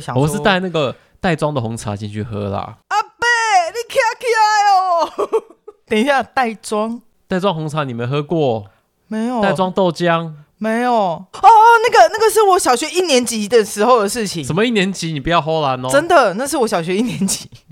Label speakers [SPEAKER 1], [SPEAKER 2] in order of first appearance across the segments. [SPEAKER 1] 想
[SPEAKER 2] 我是
[SPEAKER 1] 说
[SPEAKER 2] 带那个袋装的红茶进去喝啦。
[SPEAKER 1] 阿贝，你卡起来哦！ 等一下，袋装
[SPEAKER 2] 袋装红茶你没喝过？
[SPEAKER 1] 没有，
[SPEAKER 2] 袋装豆浆？
[SPEAKER 1] 没有哦，那个那个是我小学一年级的时候的事情，
[SPEAKER 2] 什么一年级你不要偷懒哦。
[SPEAKER 1] 嗯真的，那是我小学一年级。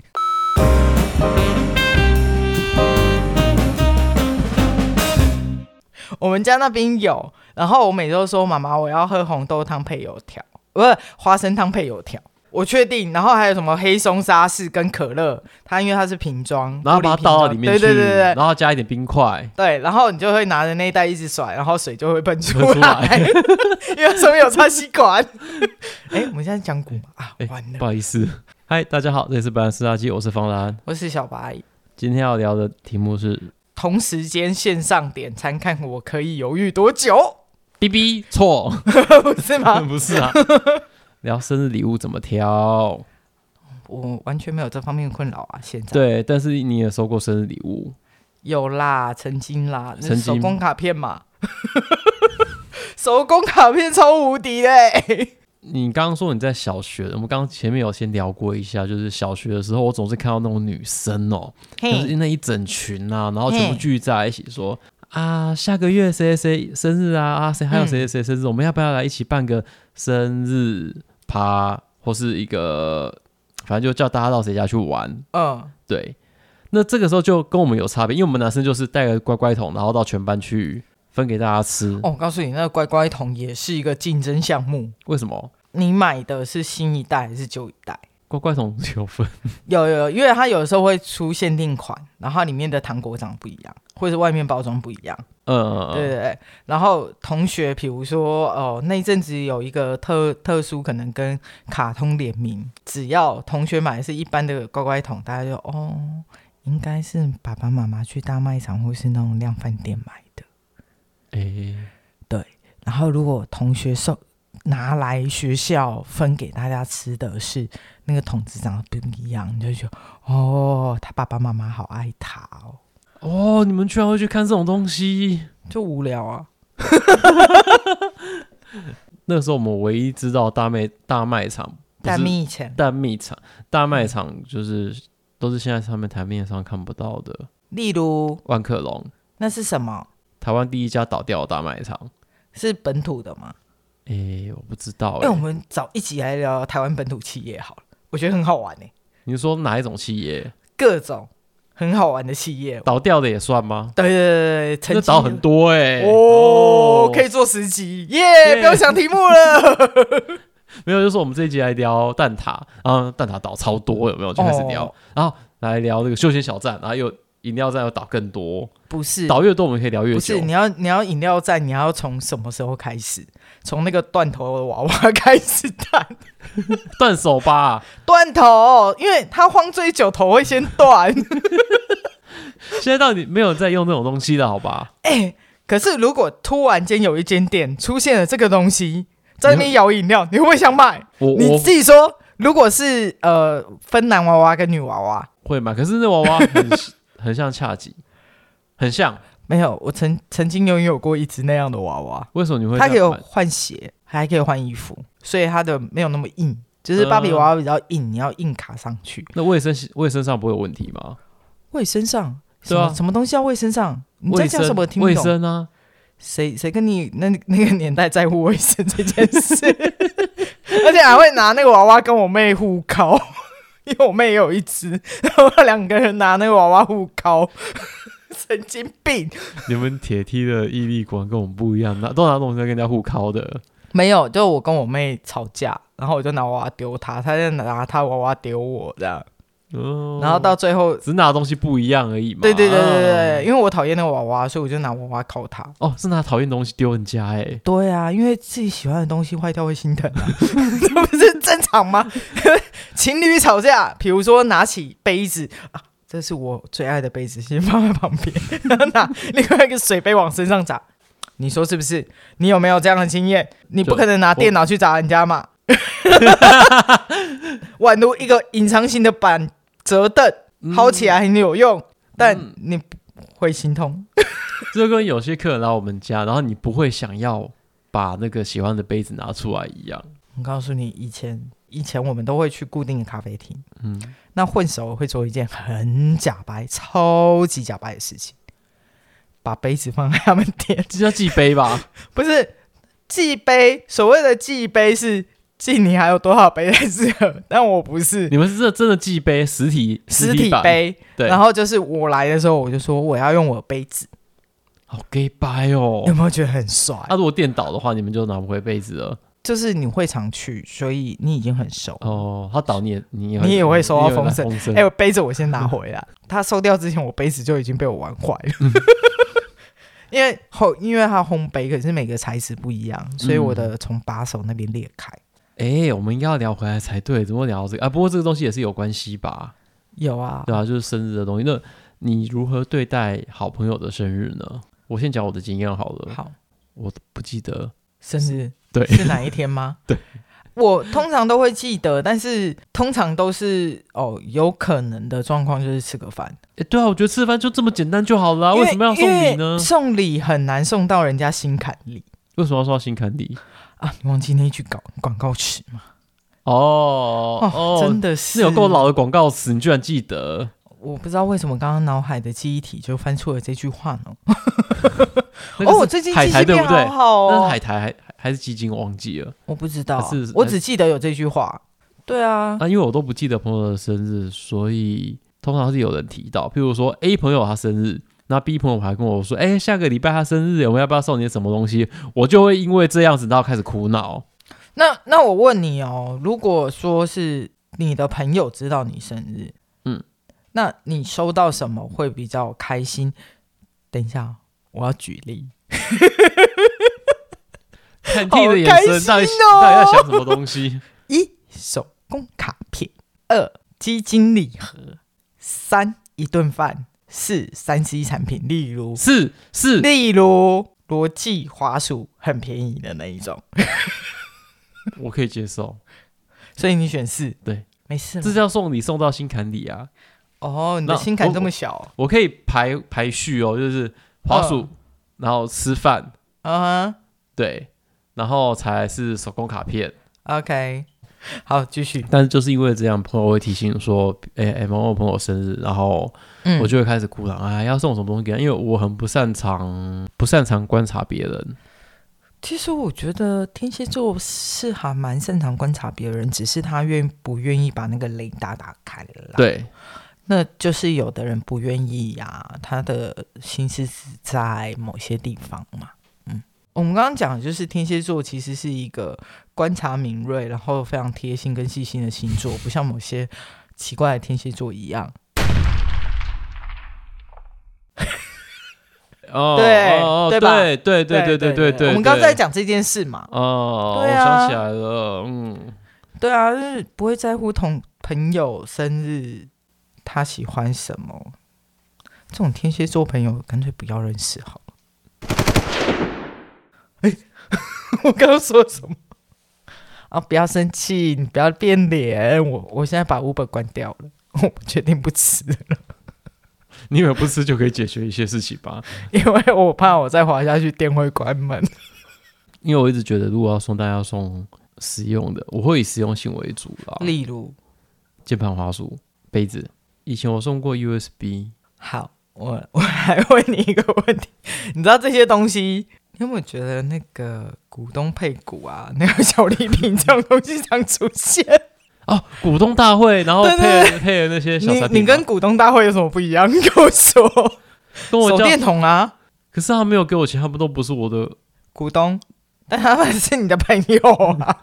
[SPEAKER 1] 我们家那边有，然后我每周说妈妈，我要喝红豆汤配油条，不是花生汤配油条，我确定。然后还有什么黑松沙士跟可乐，它因为它是瓶装，
[SPEAKER 2] 然后
[SPEAKER 1] 玻璃
[SPEAKER 2] 把它
[SPEAKER 1] 瓶
[SPEAKER 2] 倒到
[SPEAKER 1] 装
[SPEAKER 2] 里面
[SPEAKER 1] 对
[SPEAKER 2] 去，
[SPEAKER 1] 对对对
[SPEAKER 2] 然后加一点冰块。
[SPEAKER 1] 对，然后你就会拿着那一袋一直甩，然后水就会喷出
[SPEAKER 2] 喷出
[SPEAKER 1] 来，
[SPEAKER 2] 来
[SPEAKER 1] 因为上面有插吸 管。哎、我们现在讲股嘛啊
[SPEAKER 2] 哎，
[SPEAKER 1] 完了，
[SPEAKER 2] 不好意思，嗨，大家好，这里是白兰斯垃圾，我是方兰。
[SPEAKER 1] 我是小白。
[SPEAKER 2] 今天要聊的题目是
[SPEAKER 1] 同时间线上点餐，看我可以犹豫多久，
[SPEAKER 2] B B 错，
[SPEAKER 1] 不是吗？
[SPEAKER 2] 不是啊。聊生日礼物怎么挑？
[SPEAKER 1] 我完全没有这方面的困扰啊，现在
[SPEAKER 2] 对，但是你也收过生日礼物，
[SPEAKER 1] 有啦，曾经啦，那
[SPEAKER 2] 曾经
[SPEAKER 1] 手工卡片嘛， 手工卡片超无敌欸嘞、
[SPEAKER 2] 你刚刚说你在小学，我们刚刚前面有先聊过一下，就是小学的时候，我总是看到那种女生哦、就是
[SPEAKER 1] 嘿，
[SPEAKER 2] 那一整群啊，然后全部
[SPEAKER 1] 嘿
[SPEAKER 2] 聚在一起说啊，下个月谁谁谁生日啊，啊谁还
[SPEAKER 1] 嗯
[SPEAKER 2] 有谁谁谁生日，我们要不要来一起办个生日趴，或是一个，反正就叫大家到谁家去玩，
[SPEAKER 1] 嗯，
[SPEAKER 2] 对。那这个时候就跟我们有差别，因为我们男生就是带个乖乖桶，然后到全班去分给大家吃。
[SPEAKER 1] 哦，我告诉你，那个乖乖桶也是一个竞争项目。
[SPEAKER 2] 为什么
[SPEAKER 1] 你买的是新一代还是旧一代？
[SPEAKER 2] 乖乖桶有分？
[SPEAKER 1] 有有有，因为它有时候会出限定款，然后它里面的糖果长不一样，或者是外面包装不一样。
[SPEAKER 2] 嗯 嗯嗯，
[SPEAKER 1] 对对对。然后同学，比如说哦，那一阵子有一个特特殊，可能跟卡通联名，只要同学买的是一般的乖乖桶，大家就哦，应该是爸爸妈妈去大卖场或是那种量贩店买的。
[SPEAKER 2] 诶
[SPEAKER 1] 然后如果同学送拿来学校分给大家吃的是那个桶子长得不一样，你就觉得哦，他爸爸妈妈好爱他哦，
[SPEAKER 2] 哦，你们居然会去看这种东西？
[SPEAKER 1] 就无聊啊。
[SPEAKER 2] 那时候我们唯一知道大卖大卖场，不
[SPEAKER 1] 但
[SPEAKER 2] 是
[SPEAKER 1] 蜜以前
[SPEAKER 2] 蛋蜜场，大卖场就是都是现在上面台面上看不到的。
[SPEAKER 1] 例如
[SPEAKER 2] 万客隆，
[SPEAKER 1] 那是什么？
[SPEAKER 2] 台湾第一家倒掉的大卖场。
[SPEAKER 1] 是本土的吗？
[SPEAKER 2] 诶、我不知道、
[SPEAKER 1] 哎、
[SPEAKER 2] 诶
[SPEAKER 1] 我们找一起来聊台湾本土企业好了，我觉得很好玩呢、
[SPEAKER 2] 你说哪一种企业
[SPEAKER 1] 各种很好玩的企业。
[SPEAKER 2] 倒掉的也算吗？
[SPEAKER 1] 对对对对，曾
[SPEAKER 2] 那
[SPEAKER 1] 经
[SPEAKER 2] 倒很多诶。
[SPEAKER 1] 欸哦，啊可以做十集耶
[SPEAKER 2] 耶
[SPEAKER 1] 不用想题目了。
[SPEAKER 2] 没有，就是我们这一集来聊蛋挞，啊，蛋挞倒超多，有没有？就开始聊，
[SPEAKER 1] 哦
[SPEAKER 2] 然后来聊这个休闲小站，然后又饮料站又倒更多，
[SPEAKER 1] 不是，
[SPEAKER 2] 倒越多我们可以聊越
[SPEAKER 1] 不
[SPEAKER 2] 久
[SPEAKER 1] 是，。你要你要饮料站，你要从什么时候开始？从那个断头的娃娃开始断
[SPEAKER 2] 断手吧，
[SPEAKER 1] 断头，因为他慌最久，头会先 断。
[SPEAKER 2] 现在到底没有在用那种东西了，好吧？
[SPEAKER 1] 哎、可是如果突然间有一间店出现了这个东西，在那边摇饮料，你会不会想买？
[SPEAKER 2] 我
[SPEAKER 1] 你
[SPEAKER 2] 我
[SPEAKER 1] 自己说，如果是呃分男娃娃跟女娃娃，
[SPEAKER 2] 会买，可是那娃 娃很很像恰吉，很像。
[SPEAKER 1] 没有，我曾曾经拥有过一只那样的娃娃，
[SPEAKER 2] 为什么你会
[SPEAKER 1] 它
[SPEAKER 2] 这
[SPEAKER 1] 可以
[SPEAKER 2] 样买？
[SPEAKER 1] 换鞋，还可以换衣服，所以它的没有那么硬，
[SPEAKER 2] 嗯
[SPEAKER 1] 就是芭比娃娃比较硬，你要硬卡上去。
[SPEAKER 2] 那卫生卫生上不会有问题吗？
[SPEAKER 1] 喂身上，什
[SPEAKER 2] 对
[SPEAKER 1] 么、
[SPEAKER 2] 啊
[SPEAKER 1] 什么东西要喂身上？你在
[SPEAKER 2] 卫
[SPEAKER 1] 讲
[SPEAKER 2] 生
[SPEAKER 1] 什么？听不
[SPEAKER 2] 卫
[SPEAKER 1] 懂。
[SPEAKER 2] 生啊，
[SPEAKER 1] 谁谁跟你那那个年代在乎卫生这件事？ 而且还会拿那个娃娃跟我妹互敲， 因为我妹也有一只，然后两个人拿那个娃娃互敲， 神经病。
[SPEAKER 2] 你们铁梯的毅力果然跟我们不一样，拿都拿东西跟人家互敲的。
[SPEAKER 1] 没有，就我跟我妹吵架，然后我就拿娃娃丢她，她就拿她娃娃丢我这样，
[SPEAKER 2] 哦，
[SPEAKER 1] 然后到最后，
[SPEAKER 2] 只是拿东西不一样而已嘛。
[SPEAKER 1] 对对对对对对，
[SPEAKER 2] 啊。
[SPEAKER 1] 因为我讨厌那个娃娃，所以我就拿娃娃敲她。
[SPEAKER 2] 哦，是拿讨厌东西丢人家哎、
[SPEAKER 1] 对啊，因为自己喜欢的东西坏掉会心疼、啊，这不是正常吗？ 情侣吵架，比如说拿起杯子啊，这是我最爱的杯子，先放在旁边， 然后拿另外一个水杯往身上砸，你说是不是？你有没有这样的经验？你不可能拿
[SPEAKER 2] 就我
[SPEAKER 1] 电脑去砸人家嘛，宛如一个隐藏型的板折凳，薅起来很有用，但你会心痛。
[SPEAKER 2] 就跟有些客人来我们家，然后你不会想要把那个喜欢的杯子拿出来一样。
[SPEAKER 1] 我告诉你，以前以前我们都会去固定的咖啡厅，
[SPEAKER 2] 嗯，
[SPEAKER 1] 那混熟会做一件很假白、超级假白的事情，把杯子放在他们店，
[SPEAKER 2] 这叫记杯吧？
[SPEAKER 1] 不是记杯。所谓的记杯是记你还有多少杯在适合，但我不是
[SPEAKER 2] 你们是真真的记杯，实体
[SPEAKER 1] 实体
[SPEAKER 2] 版，
[SPEAKER 1] 杯。
[SPEAKER 2] 对，
[SPEAKER 1] 然后就是我来的时候，我就说我要用我的杯子，
[SPEAKER 2] 好 gay 掰哦啊
[SPEAKER 1] 有。没有觉得很帅？
[SPEAKER 2] 那、如果电倒的话，你们就拿不回杯子了。
[SPEAKER 1] 就是你会常去，所以你已经很熟。
[SPEAKER 2] 哦，他倒你也，你也
[SPEAKER 1] 你也会收到风声
[SPEAKER 2] 声。风声
[SPEAKER 1] 哎、我杯子我先拿回来。他收掉之前，我杯子就已经被我玩坏了。
[SPEAKER 2] 嗯
[SPEAKER 1] 因为烘，因为它烘焙可是每个材质不一样，所以我
[SPEAKER 2] 嗯
[SPEAKER 1] 的从把手那边裂开。
[SPEAKER 2] 哎、我们应该要聊回来才对，怎么聊到这个啊？不过这个东西也是有关系吧？
[SPEAKER 1] 有啊，
[SPEAKER 2] 对啊，就是生日的东西。那你如何对待好朋友的生日呢？我先讲我的经验好了，
[SPEAKER 1] 好，
[SPEAKER 2] 我都不记得。
[SPEAKER 1] 生日
[SPEAKER 2] 对
[SPEAKER 1] 是哪一天吗？
[SPEAKER 2] 对，
[SPEAKER 1] 我通常都会记得，但是通常都是哦，有可能的状况就是吃个饭。
[SPEAKER 2] 哎，对啊，我觉得吃饭就这么简单就好了、啊，为什么要送
[SPEAKER 1] 因
[SPEAKER 2] 礼
[SPEAKER 1] 为
[SPEAKER 2] 呢？
[SPEAKER 1] 送礼很难送到人家心坎里
[SPEAKER 2] 为什么要送到心坎里？
[SPEAKER 1] 啊！你忘记那一句广广告词吗？
[SPEAKER 2] 哦哦，
[SPEAKER 1] 真的是
[SPEAKER 2] 那有够老的广告词，你居然记得？
[SPEAKER 1] 我不知道为什么刚刚脑海的记忆体就翻出了这句话呢？
[SPEAKER 2] 那个
[SPEAKER 1] 哦，我
[SPEAKER 2] 是
[SPEAKER 1] 最近
[SPEAKER 2] 海
[SPEAKER 1] 记
[SPEAKER 2] 苔
[SPEAKER 1] 性
[SPEAKER 2] 对
[SPEAKER 1] 变
[SPEAKER 2] 不对
[SPEAKER 1] 好？好
[SPEAKER 2] 那是
[SPEAKER 1] 哦
[SPEAKER 2] 海，苔还还是鸡精，我忘记了
[SPEAKER 1] 我不知道
[SPEAKER 2] 还是，
[SPEAKER 1] 我只记得有这句话。对啊，
[SPEAKER 2] 啊，因为我都不记得朋友的生日，所以通常是有人提到，譬如说 A 朋友他生日。那 B 朋友还跟我说：“哎、下个礼拜他生日，我们要不要送你什么东西？”我就会因为这样子，然后开始苦恼。
[SPEAKER 1] 那那我问你哦，如果说是你的朋友知道你生日，
[SPEAKER 2] 嗯，
[SPEAKER 1] 那你收到什么会比较开心？等一下哦，我要举例。
[SPEAKER 2] 看你的眼
[SPEAKER 1] 好
[SPEAKER 2] 神，到
[SPEAKER 1] 开
[SPEAKER 2] 底、
[SPEAKER 1] 心哦
[SPEAKER 2] 到底在想什么东西？
[SPEAKER 1] 一手工卡片，二基金礼盒，三一顿饭，四三 C 产品，例如
[SPEAKER 2] 是是，
[SPEAKER 1] 例如罗技滑鼠很便宜的那一种，
[SPEAKER 2] 我可以接受。
[SPEAKER 1] 所以你选四，
[SPEAKER 2] 对，
[SPEAKER 1] 没事
[SPEAKER 2] 这
[SPEAKER 1] 了。
[SPEAKER 2] 叫送礼送到心坎里啊！
[SPEAKER 1] 哦，你的
[SPEAKER 2] 那
[SPEAKER 1] 心坎
[SPEAKER 2] 我
[SPEAKER 1] 这么小
[SPEAKER 2] 我可以排排序哦，就是滑鼠，
[SPEAKER 1] 嗯
[SPEAKER 2] 然后吃饭，
[SPEAKER 1] 啊、
[SPEAKER 2] 对，然后才是手工卡片。
[SPEAKER 1] o k Uh-huh 好，继续。
[SPEAKER 2] 但是就是因为这样，朋友会提醒说，哎、哎，某某朋友生日，然后
[SPEAKER 1] 嗯
[SPEAKER 2] 我就会开始哭了，哎、要送什么东西给他？因为我很不擅长，不擅长观察别人。
[SPEAKER 1] 其实我觉得天蝎座是还蛮擅长观察别人，只是他愿不愿意把那个雷达打开啦。，
[SPEAKER 2] 对，
[SPEAKER 1] 那就是有的人不愿意呀、他的心思只在某些地方嘛。嗯，我们刚刚讲的就是天蝎座其实是一个观察敏锐，然后非常贴心跟细心的星座，不像某些奇怪的天蝎座一样。
[SPEAKER 2] 哦，
[SPEAKER 1] 对
[SPEAKER 2] 哦，
[SPEAKER 1] 对吧
[SPEAKER 2] 对，对，对，对，对，对，对。
[SPEAKER 1] 我们刚刚在讲这件事嘛。
[SPEAKER 2] 哦，我
[SPEAKER 1] 对啊
[SPEAKER 2] 想起来了，嗯，
[SPEAKER 1] 对啊，就是不会在乎同朋友生日他喜欢什么。这种天蝎座朋友干脆不要认识好了。哎、 我刚刚说什么？啊！不要生气，你不要变脸。我我现在把 Uber 关掉了， 我决定不吃了，
[SPEAKER 2] 你以为不吃就可以解决一些事情吧？
[SPEAKER 1] 因为我怕我再滑下去店会关门。
[SPEAKER 2] 因为我一直觉得，如果要送大家要送实用的，我会以实用性为主啦。
[SPEAKER 1] 例如，
[SPEAKER 2] 键盘、滑鼠、杯子，以前我送过 USB，
[SPEAKER 1] 好，我我还问你一个问题，你知道这些东西，你有没有觉得那个股东配股啊，那个小礼品这种东西常出现？
[SPEAKER 2] 哦，股东大会，然后
[SPEAKER 1] 对
[SPEAKER 2] 配
[SPEAKER 1] 对
[SPEAKER 2] 了配了那些 小产
[SPEAKER 1] 你
[SPEAKER 2] 品
[SPEAKER 1] 你
[SPEAKER 2] 嘛，
[SPEAKER 1] 跟股东大会有什么不一样？你跟我说，
[SPEAKER 2] 跟我
[SPEAKER 1] 手
[SPEAKER 2] 叫，
[SPEAKER 1] 电筒啊，
[SPEAKER 2] 可是他没有给我钱，他们都不是我的，
[SPEAKER 1] 股东，但他们是你的朋友啊，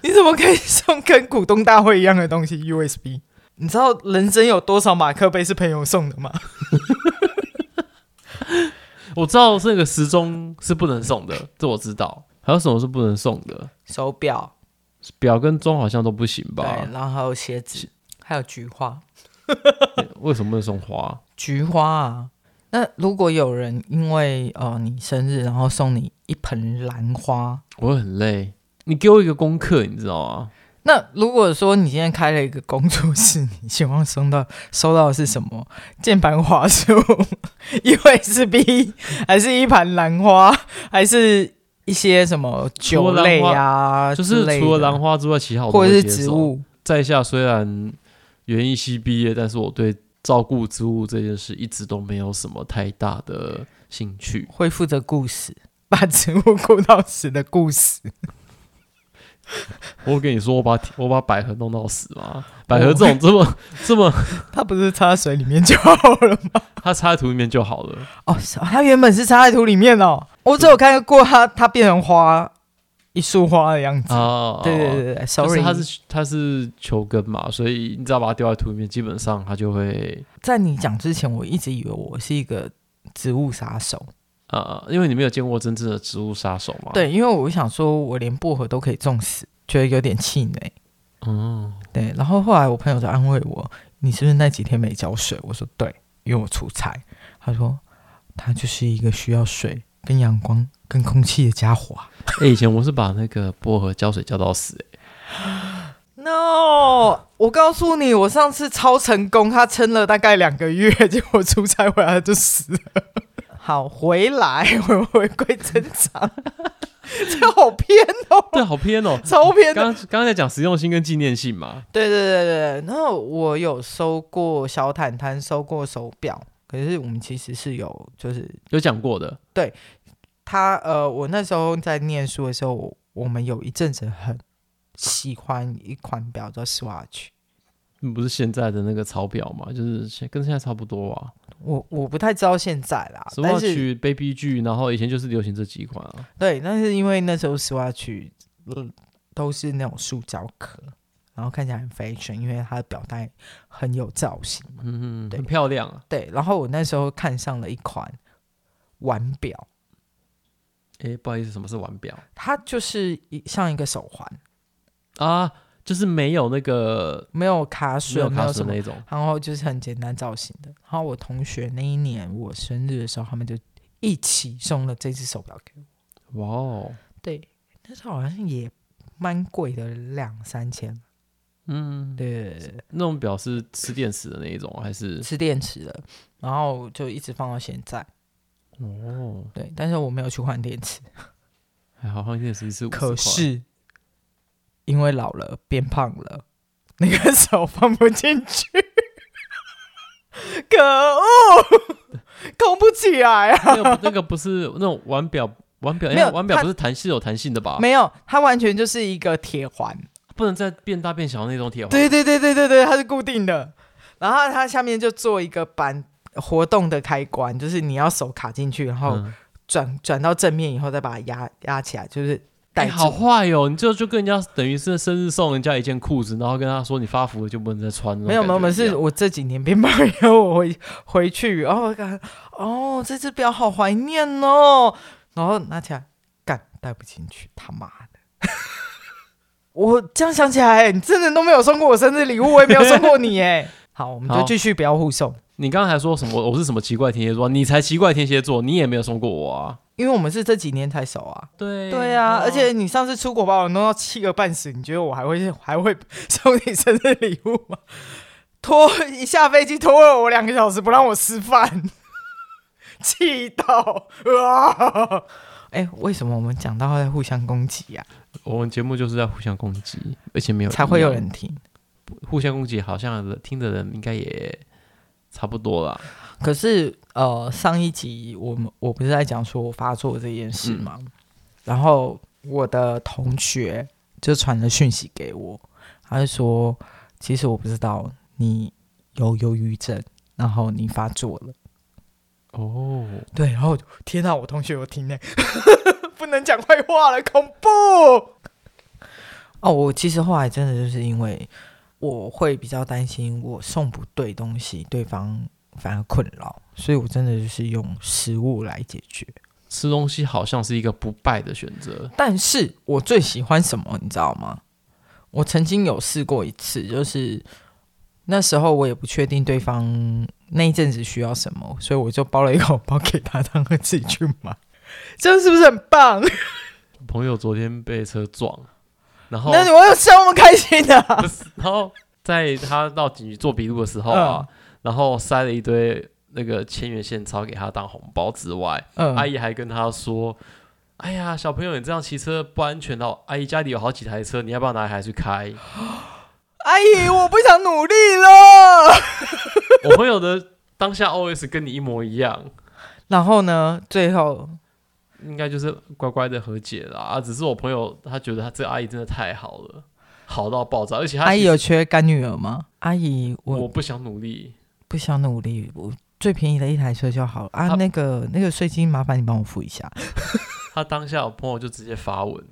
[SPEAKER 1] 你怎么可以送跟股东大会一样的东西 USB？你知道人生有多少马克杯是朋友送的吗？
[SPEAKER 2] 我知道这个时钟是不能送的，这我知道，还有什么是不能送的？
[SPEAKER 1] 手表，
[SPEAKER 2] 表跟钟好像都不行
[SPEAKER 1] 对
[SPEAKER 2] 吧，？
[SPEAKER 1] 然后还有鞋子，还有菊花。啊
[SPEAKER 2] 为什么不能送花？
[SPEAKER 1] 菊花啊。那如果有人因为呃你生日，然后送你一盆兰花，
[SPEAKER 2] 我会很累，你给我一个功课，你知道吗？
[SPEAKER 1] 那如果说你今天开了一个工作室，你希望收到收到的是什么？ 键盘滑鼠、一 USB，还是一盘兰花，还是一些什么酒类啊
[SPEAKER 2] 就
[SPEAKER 1] 之
[SPEAKER 2] 是
[SPEAKER 1] 类的，
[SPEAKER 2] 除了兰花之外，其他我都
[SPEAKER 1] 或者是
[SPEAKER 2] 会接
[SPEAKER 1] 植
[SPEAKER 2] 受。
[SPEAKER 1] 物，
[SPEAKER 2] 在下虽然园艺系毕业，但是我对照顾植物这件事一直都没有什么太大的 兴趣。
[SPEAKER 1] 会负责顾死，把植物顾到死的顾死。
[SPEAKER 2] 我跟你说，我把我把百合弄到死嘛，
[SPEAKER 1] 哦
[SPEAKER 2] 百合这种这么这么，
[SPEAKER 1] 它不是插在水里面就好了吗？
[SPEAKER 2] 它插在土里面就好了。
[SPEAKER 1] 哦，是 哦它原本是插在土里面哦，我只有看过它，它变成花，一束花的样子。
[SPEAKER 2] 啊，
[SPEAKER 1] 对对对对
[SPEAKER 2] 就
[SPEAKER 1] ，sorry，
[SPEAKER 2] 是它是它是球根嘛，所以你只要把它丢在土里面，基本上它就会
[SPEAKER 1] 在你讲之前，我一直以为我是一个植物杀手。
[SPEAKER 2] 呃，因为你没有见过真正的植物杀手嘛。，
[SPEAKER 1] 对，因为我想说，我连薄荷都可以种死，觉得有点气馁。
[SPEAKER 2] 嗯，
[SPEAKER 1] 对，然后后来我朋友就安慰我：“你是不是那几天没浇水？”我说：“对，因为我出差。”他说：“他就是一个需要水、跟阳光、跟空气的家伙、啊。
[SPEAKER 2] 哎、以前我是把那个薄荷浇水浇到死、欸，
[SPEAKER 1] ”No，我告诉你，我上次超成功，他撑了大概两个月， 结果出差回来他就死了。好，回来回回归正常， 这好偏哦，
[SPEAKER 2] 对，好偏 哦、
[SPEAKER 1] 超偏的
[SPEAKER 2] 刚刚刚才讲实用性跟纪念性嘛，
[SPEAKER 1] 对对对对，然后我有收过小坦坦，收过手表，可是我们其实是有，就是
[SPEAKER 2] 有讲过的，
[SPEAKER 1] 他呃，我那时候在念书的时候，我我们有一阵子很喜欢一款表叫 Swatch，
[SPEAKER 2] 嗯不是现在的那个草表嘛，就是现跟现在差不多啊。
[SPEAKER 1] 我我不太知道现在啦，啊但是
[SPEAKER 2] Swatch、Baby G，然后以前就是流行这几款啊。
[SPEAKER 1] 对，但是因为那时候 Swatch 嗯都是那种塑胶壳，然后看起来很 fashion，因为它的表带很有造型。
[SPEAKER 2] 嗯，
[SPEAKER 1] 对
[SPEAKER 2] 很漂亮啊。
[SPEAKER 1] 对，然后我那时候看上了一款腕表。
[SPEAKER 2] 哎、不好意思，什么是腕表
[SPEAKER 1] 它就是一像一个手环，
[SPEAKER 2] 啊？就是没有那个
[SPEAKER 1] 没有卡
[SPEAKER 2] 没
[SPEAKER 1] 榫，
[SPEAKER 2] 有
[SPEAKER 1] 没
[SPEAKER 2] 卡
[SPEAKER 1] 有
[SPEAKER 2] 榫
[SPEAKER 1] 什么
[SPEAKER 2] 那，一种。
[SPEAKER 1] 然后就是很简单造型的。然后我同学那一年我生日的时候，他们就一起送了这只手表给我。
[SPEAKER 2] 哇哦，
[SPEAKER 1] 对，那时候好像也蛮贵的，两三千。
[SPEAKER 2] 嗯，
[SPEAKER 1] 对对对对，
[SPEAKER 2] 那种表是吃电池的那一种还是？
[SPEAKER 1] 吃电池的，然后就一直放到现在。
[SPEAKER 2] 哦，
[SPEAKER 1] 对，但是我没有去换电池。
[SPEAKER 2] 还哎好换电池是50块
[SPEAKER 1] 可是因为老了变胖了，那个 手放不进去，可恶，空不起来啊！
[SPEAKER 2] 那个不那个不是那种腕表，腕表
[SPEAKER 1] 没有
[SPEAKER 2] 哎腕表
[SPEAKER 1] 它
[SPEAKER 2] 不是弹是有弹性的吧？
[SPEAKER 1] 没有，它完全就是一个铁环。
[SPEAKER 2] 不能再变大变小的那种铁环。
[SPEAKER 1] 对对对对对对，它是固定的，然后它下面就做一个板活动的开关，就是你要手卡进去，然后
[SPEAKER 2] 嗯，
[SPEAKER 1] 转转到正面以后再把它压压起来，就是
[SPEAKER 2] 哎、
[SPEAKER 1] 带
[SPEAKER 2] 好
[SPEAKER 1] 住。
[SPEAKER 2] 坏哦！你就就跟人家等于是生日送人家一件裤子，然后跟他说你发福了就不能再穿了。
[SPEAKER 1] 没有没有，没有是我这几年变胖以后，我回回去，然后我感哦，这只表好怀念哦，然后拿起来，干戴不进去，他妈的！ 我这样想起来，哎你真的都没有送过我生日礼物，我也没有送过你哎。好，我们就
[SPEAKER 2] 好
[SPEAKER 1] 继续不要互送，
[SPEAKER 2] 你刚才说什么？我是什么奇怪天蝎座？你才奇怪天蝎座，你也没有送过我啊。
[SPEAKER 1] 因为我们是这几年才熟啊。
[SPEAKER 2] 对
[SPEAKER 1] 对啊，而且你上次出国把我弄到气个半死，你觉得我还会 还会送你生日礼物吗？ 拖一下飞机拖了我两个小时，不让我吃饭， 气到啊！哎、为什么我们讲到在互相攻击呀、
[SPEAKER 2] 我们节目就是在互相攻击，而且没有
[SPEAKER 1] 才会有
[SPEAKER 2] 一
[SPEAKER 1] 人
[SPEAKER 2] 样
[SPEAKER 1] 听？
[SPEAKER 2] 互相攻击，好像听的人应该也差不多啦。
[SPEAKER 1] 可是呃，上一集我们我不是在讲说我发作这件事吗？然后我的同学就传了讯息给我，他就说，其实我不知道你有忧郁症，然后你发作了。
[SPEAKER 2] 哦，
[SPEAKER 1] 对，然后我就天哪、我同学有听呢、 不能讲坏话了，恐怖。哦，我其实后来真的就是因为我会比较担心我送不对东西，对方反而困扰，所以我真的就是用食物来解决。
[SPEAKER 2] 吃东西好像是一个不败的选择。
[SPEAKER 1] 但是我最喜欢什么，你知道吗？我曾经有试过一次，就是那时候我也不确定对方那一阵子需要什么，所以我就包了一个红包给他，让他自己去买。 这样是不是很棒？
[SPEAKER 2] 朋友昨天被车撞，然后
[SPEAKER 1] 那你我有笑那么开心的、啊？
[SPEAKER 2] 然后在他到警局做笔录的时候啊，
[SPEAKER 1] 嗯
[SPEAKER 2] 然后塞了一堆那个千元现钞给他当红包之外，
[SPEAKER 1] 嗯，
[SPEAKER 2] 阿姨还跟他说：“哎呀，小朋友，你这样骑车不安全的。阿姨家里有好几台车，你要不要拿一台去开？
[SPEAKER 1] 阿姨，我不想努力了。
[SPEAKER 2] 我朋友的当下 OS 跟你一模一样，
[SPEAKER 1] 然后呢，最后
[SPEAKER 2] 应该就是乖乖的和解啦。啊只是我朋友他觉得他这个阿姨真的太好了，好到爆炸，而且他
[SPEAKER 1] 阿姨
[SPEAKER 2] 其实
[SPEAKER 1] 有缺干女儿吗？阿姨，我
[SPEAKER 2] 我不想努力，
[SPEAKER 1] 不想努力，我最便宜的一台车就好了啊。
[SPEAKER 2] 他
[SPEAKER 1] 那个那个税金，麻烦你帮我付一下。
[SPEAKER 2] 他当下我朋友就直接发文，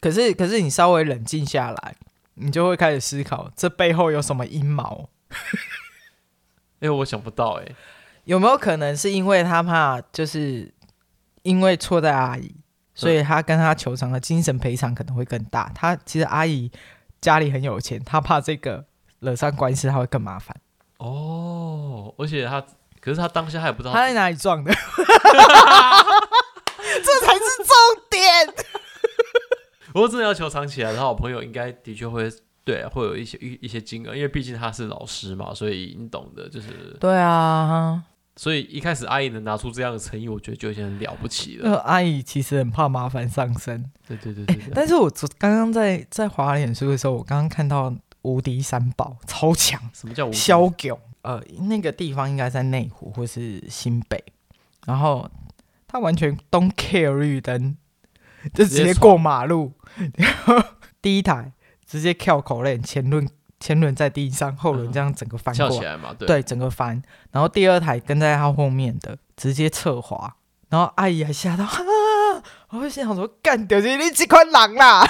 [SPEAKER 1] 可是可是你稍微冷静下来，你就会开始思考这背后有什么阴谋。
[SPEAKER 2] 哎、我想不到哎、
[SPEAKER 1] 有没有可能是因为他怕，就是因为错在阿姨，所以他跟他求偿的精神赔偿可能会更大。他其实阿姨家里很有钱，他怕这个惹上官司，他会更麻烦。
[SPEAKER 2] 哦，而且他可是他当下他也不知道
[SPEAKER 1] 他在哪里撞的？ 这才是重点。
[SPEAKER 2] 如果真的要求藏起来的话，我朋友应该的确会对啊会有一些一一些金额，因为毕竟他是老师嘛，所以你懂的，就是
[SPEAKER 1] 对啊，
[SPEAKER 2] 所以一开始阿姨能拿出这样的诚意，我觉得就已经很了不起
[SPEAKER 1] 那
[SPEAKER 2] 了。
[SPEAKER 1] 个阿姨其实很怕麻烦上身。
[SPEAKER 2] 对对对对对，
[SPEAKER 1] 但是我昨刚刚在在滑脸书的时候，我刚刚看到无敌三宝超强。
[SPEAKER 2] 什么叫无敌
[SPEAKER 1] 萧囧，呃，那个地方应该在内湖或是新北，然后他完全 don't care 绿灯，就直
[SPEAKER 2] 直接
[SPEAKER 1] 接
[SPEAKER 2] 闯
[SPEAKER 1] 过马路，然后第一台直接跳口令，前轮前轮在地上，后轮这样整个翻
[SPEAKER 2] 翘
[SPEAKER 1] 过
[SPEAKER 2] 起
[SPEAKER 1] 来，
[SPEAKER 2] 来嘛？对，
[SPEAKER 1] 对，整个翻，然后第二台跟在他后面的直接侧滑，然后阿姨还吓到，哈、啊，我就心想说，干掉你这款狼啦！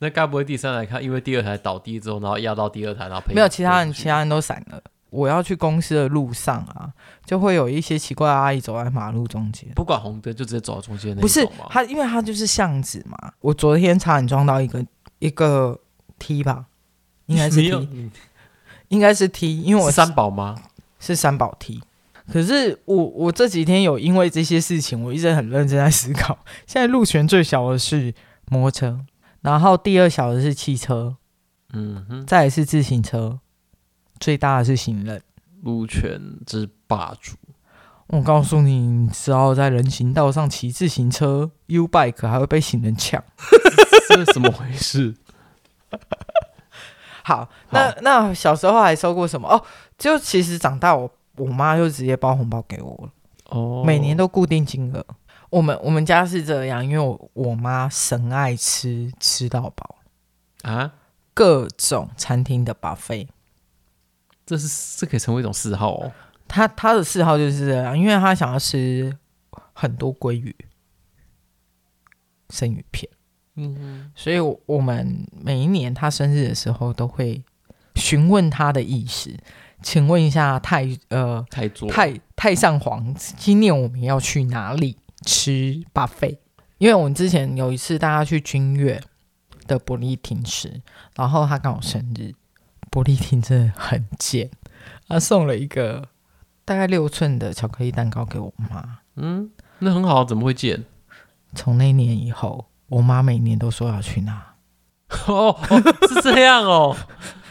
[SPEAKER 2] 那该不会第三台看，因为第二台倒地之后，然后压到第二台，然后赔
[SPEAKER 1] 没有其他人，
[SPEAKER 2] 赔回去
[SPEAKER 1] 其他人都闪了。我要去公司的路上啊，就会有一些奇怪的阿姨走在马路中间。
[SPEAKER 2] 不管红灯就直接走到中间那
[SPEAKER 1] 不是
[SPEAKER 2] 他
[SPEAKER 1] 她，因为她就是巷子嘛。我昨天差点撞到一个一个 T 吧，应该是
[SPEAKER 2] 没有嗯
[SPEAKER 1] T，应该是 T，因为我
[SPEAKER 2] 是三宝吗？
[SPEAKER 1] 是三宝 T。可是我我这几天有因为这些事情，我一直很认真在思考。 现在路权最小的是摩托车，然后第二小的是汽车，
[SPEAKER 2] 嗯哼，
[SPEAKER 1] 再来是自行车，最大的是行人。
[SPEAKER 2] 路权之霸主，
[SPEAKER 1] 我告诉你，你只要在人行道上骑自行车，U bike 还会被行人抢。
[SPEAKER 2] 这是怎么回事？
[SPEAKER 1] 好，那那小时候还收过什么？哦，就其实长大我我妈就直接包红包给我了，
[SPEAKER 2] 哦，
[SPEAKER 1] 每年都固定金额。我们我们家是这样，因为我我妈神爱吃吃到饱，
[SPEAKER 2] 啊，
[SPEAKER 1] 各种餐厅的 buffet。
[SPEAKER 2] 这是这可以成为一种嗜好哦。
[SPEAKER 1] 她她的嗜好就是这样，因为她想要吃很多鲑鱼、生鱼片。
[SPEAKER 2] 嗯，
[SPEAKER 1] 所以我我们每一年他生日的时候都会询问他的意思。请问一下太呃
[SPEAKER 2] 太作
[SPEAKER 1] 太太上皇，今年我们要去哪里吃 buffet？因为我们之前有一次大家去君悦的伯利厅吃，然后他刚好生日，伯利厅真的很贱，他送了一个大概六寸的巧克力蛋糕给我妈。
[SPEAKER 2] 嗯，那很好，怎么会见？
[SPEAKER 1] 从那年以后，我妈每年都说要去那。
[SPEAKER 2] 哦，哦是这样 哦，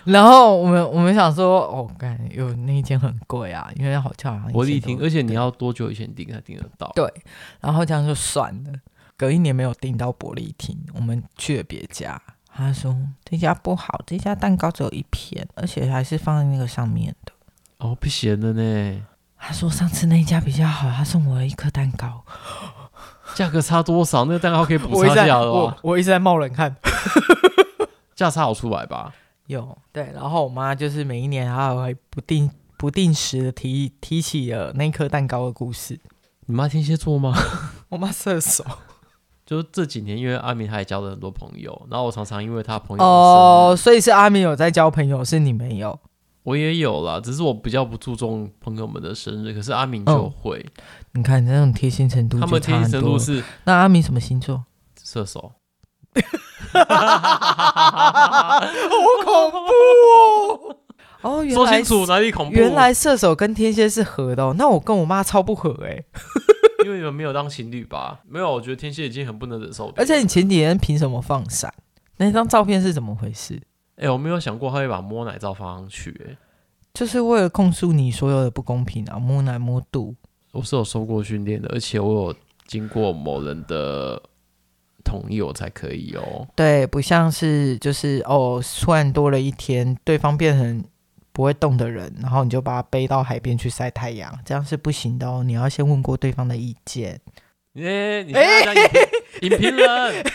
[SPEAKER 1] 然后我们我们想说，哦，感有那一间很贵啊，因为好像好像
[SPEAKER 2] 我
[SPEAKER 1] 一
[SPEAKER 2] 一
[SPEAKER 1] 千
[SPEAKER 2] 听，
[SPEAKER 1] 多
[SPEAKER 2] 而且你要多久以前订才订得到？
[SPEAKER 1] 对，然后这样就算了。隔一年没有订到伯利厅，我们去了别家，他说这家不好，这家蛋糕只有一片，而且还是放在那个上面的。
[SPEAKER 2] 哦，不闲的呢，
[SPEAKER 1] 他说上次那一家比较好，他送我了一颗蛋糕，
[SPEAKER 2] 价格差多少？那个蛋糕可以补
[SPEAKER 1] 一直
[SPEAKER 2] 差
[SPEAKER 1] 在
[SPEAKER 2] 价的
[SPEAKER 1] 我
[SPEAKER 2] 话，
[SPEAKER 1] 我一直在冒冷汗。
[SPEAKER 2] 价差好出来吧？
[SPEAKER 1] 有对，然后我妈就是每一年她会不定不定时的提提起了那颗蛋糕的故事。
[SPEAKER 2] 你妈天蝎座吗？
[SPEAKER 1] 我妈 射手。
[SPEAKER 2] 就是这几年，因为阿明他也交了很多朋友，然后我常常因为他朋友
[SPEAKER 1] 哦，
[SPEAKER 2] 的生日
[SPEAKER 1] 所以是阿明有在交朋友，是你没有。
[SPEAKER 2] 我也有啦，只是我比较不注重朋友们的生日，可是阿明就
[SPEAKER 1] 嗯
[SPEAKER 2] 会，
[SPEAKER 1] 你看你那种贴心程度
[SPEAKER 2] 他
[SPEAKER 1] 就
[SPEAKER 2] 们
[SPEAKER 1] 差
[SPEAKER 2] 天蝎
[SPEAKER 1] 很
[SPEAKER 2] 程
[SPEAKER 1] 多
[SPEAKER 2] 度
[SPEAKER 1] 了。
[SPEAKER 2] 是
[SPEAKER 1] 那阿明什么星 座？
[SPEAKER 2] 射手，
[SPEAKER 1] 好恐怖哦！哦，原
[SPEAKER 2] 说
[SPEAKER 1] 来
[SPEAKER 2] 清楚哪里恐怖？
[SPEAKER 1] 原来射手跟天蝎是合的哦。那我跟我妈超不合哎、
[SPEAKER 2] 因为你们没有当情侣吧？没有，我觉得天蝎已经很不能忍受别人。
[SPEAKER 1] 而且你前几天凭什么放闪？那张照片是怎么回事？
[SPEAKER 2] 哎、我没有想过他会把摸奶照放上去、欸，
[SPEAKER 1] 就是为了控诉你所有的不公平啊，摸奶摸肚。
[SPEAKER 2] 我是有受过训练的，而且我有经过某人的同意我才可以哦。
[SPEAKER 1] 对，不像是就是哦，突然多了一天，对方变成不会动的人，然后你就把他背到海边去晒太阳，这样是不行的哦。你要先问过对方的意见。
[SPEAKER 2] 哎、你现在讲影评影评人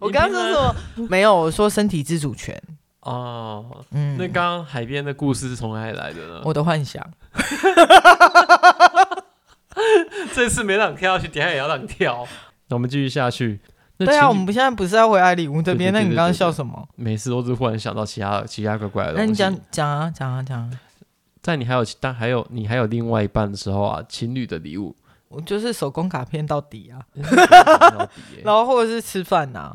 [SPEAKER 1] 我刚刚说
[SPEAKER 2] 啊
[SPEAKER 1] 什么？没有，我说身体自主权。
[SPEAKER 2] 哦，
[SPEAKER 1] 嗯，
[SPEAKER 2] 那刚刚海边的故事是从哪里来的呢？
[SPEAKER 1] 我的幻想。
[SPEAKER 2] 这次没让你跳下去，等一下也要让你跳。那我们继续下去。那
[SPEAKER 1] 对啊，
[SPEAKER 2] 情
[SPEAKER 1] 我
[SPEAKER 2] 侣
[SPEAKER 1] 们不现在不是要回来礼物这边？
[SPEAKER 2] 对对对
[SPEAKER 1] 那你刚刚
[SPEAKER 2] 对对
[SPEAKER 1] 笑什么？
[SPEAKER 2] 没事，我只是忽然想到其他其他怪怪的
[SPEAKER 1] 那你
[SPEAKER 2] 东西。
[SPEAKER 1] 讲讲啊，讲啊，讲啊。
[SPEAKER 2] 在你还有但还有你还有另外一半的时候啊，情侣的礼 物，哎
[SPEAKER 1] 我就是手工卡片到底啊，
[SPEAKER 2] 到底耶
[SPEAKER 1] 然后或者是吃饭啊呐、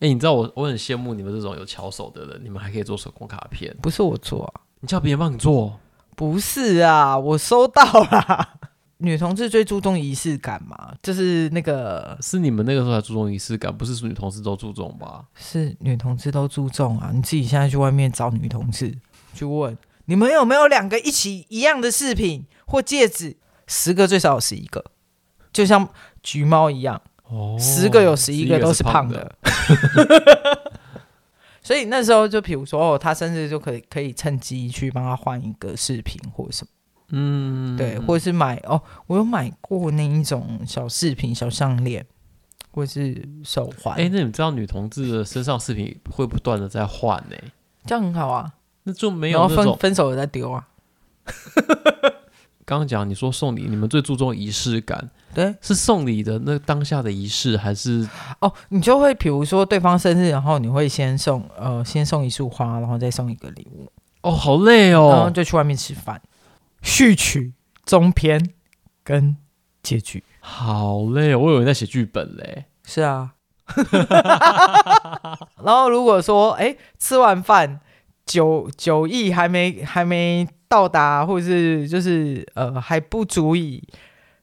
[SPEAKER 2] 哎、你知道我我很羡慕你们这种有巧手的人，你们还可以做手工卡片，
[SPEAKER 1] 不是我做啊，
[SPEAKER 2] 你叫别人帮你做，
[SPEAKER 1] 不是啊，我收到啦。 女同志最注重仪式感嘛，就是那个
[SPEAKER 2] 是你们那个时候才注重仪式感，不是女同事都注重吧？
[SPEAKER 1] 是女同志都注重啊。你自己现在去外面找女同志去问，你们有没有两个一起一样的饰品或戒指？十个最少有十一个，就像橘猫一样。
[SPEAKER 2] 哦
[SPEAKER 1] 十个有十一个都是胖
[SPEAKER 2] 的
[SPEAKER 1] 的。 所以那时候就比如说，哦，他甚至就可以可以趁机去帮他换一个饰品或什么，
[SPEAKER 2] 嗯，
[SPEAKER 1] 对，或者是买哦，我有买过那一种小饰品、小项链，或是手环，
[SPEAKER 2] 哎、那你知道女同志的身上饰品会不断的在换呢、
[SPEAKER 1] 这样很好啊。
[SPEAKER 2] 那就没
[SPEAKER 1] 然
[SPEAKER 2] 有
[SPEAKER 1] 后
[SPEAKER 2] 那
[SPEAKER 1] 分
[SPEAKER 2] 种
[SPEAKER 1] 分手了再丢啊，
[SPEAKER 2] 刚刚讲你说送礼，你们最注重仪式感，
[SPEAKER 1] 对，
[SPEAKER 2] 是送礼的那当下的仪式，还是
[SPEAKER 1] 哦，你就会比如说对方生日，然后你会先送呃先送一束花，然后再送一个礼物，
[SPEAKER 2] 哦好累
[SPEAKER 1] 然后
[SPEAKER 2] 哦，
[SPEAKER 1] 就去外面吃饭。序曲、中篇跟结局。
[SPEAKER 2] 好累哦，我有人在写剧本嘞。
[SPEAKER 1] 是 啊。然后如果说，哎，吃完饭酒酒意还没还没到达，或者是就是呃还不足以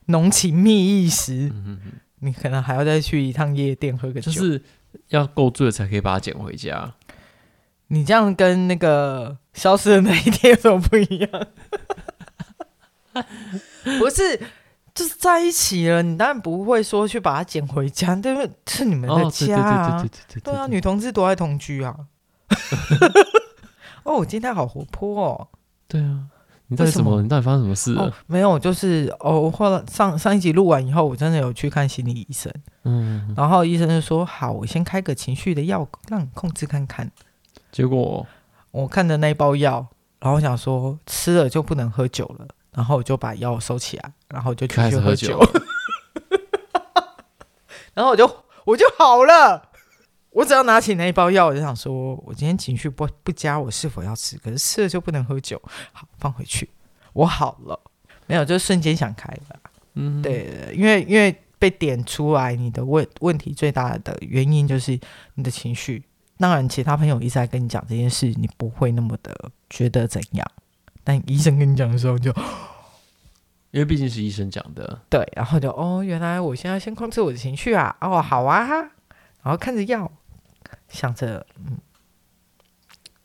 [SPEAKER 1] 浓情蜜意时，
[SPEAKER 2] 嗯哼
[SPEAKER 1] 你可能还要再去一趟夜店喝个酒。
[SPEAKER 2] 就是要够醉才可以把它捡回家。
[SPEAKER 1] 你这样跟那个消失的那一天有什么不一样？ 不是，就是在一起了，你当然不会说去把它捡回家，对不对？是你们的家啊。
[SPEAKER 2] 哦对对对对对对
[SPEAKER 1] 对啊，女同志多爱同居啊。 哦，我今天好活泼哦。
[SPEAKER 2] 对啊，你到底怎
[SPEAKER 1] 为什
[SPEAKER 2] 么？
[SPEAKER 1] 么
[SPEAKER 2] 你到底发生什么事
[SPEAKER 1] 哦
[SPEAKER 2] 了？，
[SPEAKER 1] 没有，就是哦，我后来上上一集录完以后，我真的有去看心理医生，
[SPEAKER 2] 嗯，
[SPEAKER 1] 然后医生就说：“好，我先开个情绪的药，让你控制看看。
[SPEAKER 2] 结果”
[SPEAKER 1] 我看的那一包药，然后我想说吃了就不能喝酒了，然后我就把药收起来，然后我就继
[SPEAKER 2] 开
[SPEAKER 1] 续
[SPEAKER 2] 始喝
[SPEAKER 1] 酒，
[SPEAKER 2] 酒，
[SPEAKER 1] 然后我就我就好了。我只要拿起那一包药，我就想说，我今天情绪不不佳，我是否要吃？可是吃了就不能喝酒，好放回去，我好了。没有，就瞬间想开了。
[SPEAKER 2] 嗯，
[SPEAKER 1] 对，对因为因为被点出来，你的问问题最大的原因就是你的情绪。当然，其他朋友一直在跟你讲这件事，你不会那么的觉得怎样。但医生跟你讲的时候就，
[SPEAKER 2] 因为毕竟是医生讲的，
[SPEAKER 1] 对，然后就哦，原来我现在先控制我的情绪啊，哦，好啊，然后看着药，想着嗯，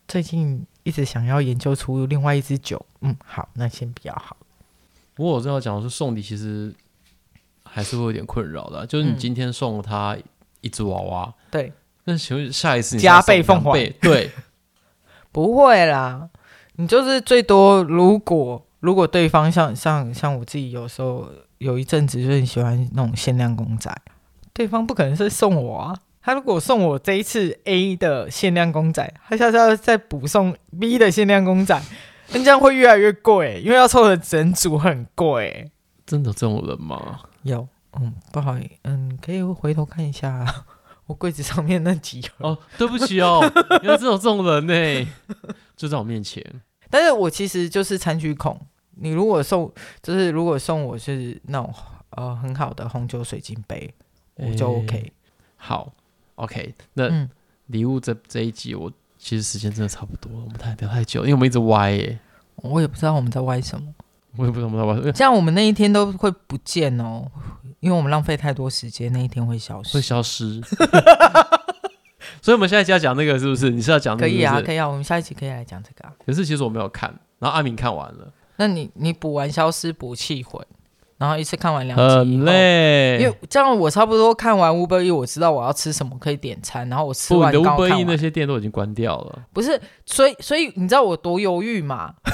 [SPEAKER 1] 最近一直想要研究出另外一支酒，嗯，好，那先不要好，
[SPEAKER 2] 不过我正要讲的是送礼，其实还是会有点困扰的啊。就是你
[SPEAKER 1] 嗯
[SPEAKER 2] 今天送他一只娃娃，
[SPEAKER 1] 对，
[SPEAKER 2] 那请问下一次你
[SPEAKER 1] 加倍
[SPEAKER 2] 送两
[SPEAKER 1] 奉还
[SPEAKER 2] 倍对，
[SPEAKER 1] 不会啦，你就是最多如果如果对方像像像我自己有时候有一阵子就是很喜欢那种限量公仔，对方不可能是送我啊。他如果送我这一次 A 的限量公仔，他下次要再补送 B 的限量公仔，那这样会越来越贵，因为要凑的整组很贵。
[SPEAKER 2] 真的有这种人吗？
[SPEAKER 1] 有，嗯，不好意思，嗯，可以回头看一下啊我柜子上面那几盒。
[SPEAKER 2] 哦，对不起 哦，原来真有这种人呢，就在我面前。
[SPEAKER 1] 但是我其实就是餐具控。你如果送，就是如果送我是那种呃很好的红酒水晶杯，我就
[SPEAKER 2] 哎
[SPEAKER 1] OK。
[SPEAKER 2] 好，OK，那
[SPEAKER 1] 嗯，
[SPEAKER 2] 礼物这这一集我其实时间真的差不多了，我们太聊太久了，因为我们一直歪耶，
[SPEAKER 1] 我也不知道我们在歪什么。
[SPEAKER 2] 我也不知道我们在歪，因为
[SPEAKER 1] 这样我们那一天都会不见哦，因为我们浪费太多时间，那一天会消
[SPEAKER 2] 会
[SPEAKER 1] 失。
[SPEAKER 2] 消失。所以我们现在就要讲那个是不是？你是要讲那
[SPEAKER 1] 可
[SPEAKER 2] 个
[SPEAKER 1] 以啊，可
[SPEAKER 2] 以。
[SPEAKER 1] 以啊，我们下一集可以来讲这个啊。
[SPEAKER 2] 可是其实我没有看，然后阿明看完了，
[SPEAKER 1] 那你你补完消失补气魂，然后一次看完两集以
[SPEAKER 2] 很
[SPEAKER 1] 后，
[SPEAKER 2] 累，
[SPEAKER 1] 哦因为这样我差不多看完 Uber E，我知道我要吃什么可以点餐，然后我吃
[SPEAKER 2] 不，
[SPEAKER 1] 完
[SPEAKER 2] 你的
[SPEAKER 1] 刚好
[SPEAKER 2] Uber
[SPEAKER 1] 看
[SPEAKER 2] E 那
[SPEAKER 1] 完，
[SPEAKER 2] 些店都已经关掉了。
[SPEAKER 1] 不是，所以所以你知道我多犹豫嘛？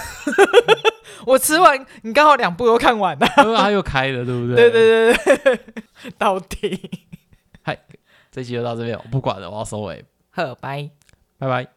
[SPEAKER 1] 我吃完你刚好两部都看完了，
[SPEAKER 2] 因为他又开了，对不
[SPEAKER 1] 对
[SPEAKER 2] 对？
[SPEAKER 1] 对对对对，到底，
[SPEAKER 2] 这期就到这边，我不管了，我要收尾，
[SPEAKER 1] 呵，拜。
[SPEAKER 2] 拜拜。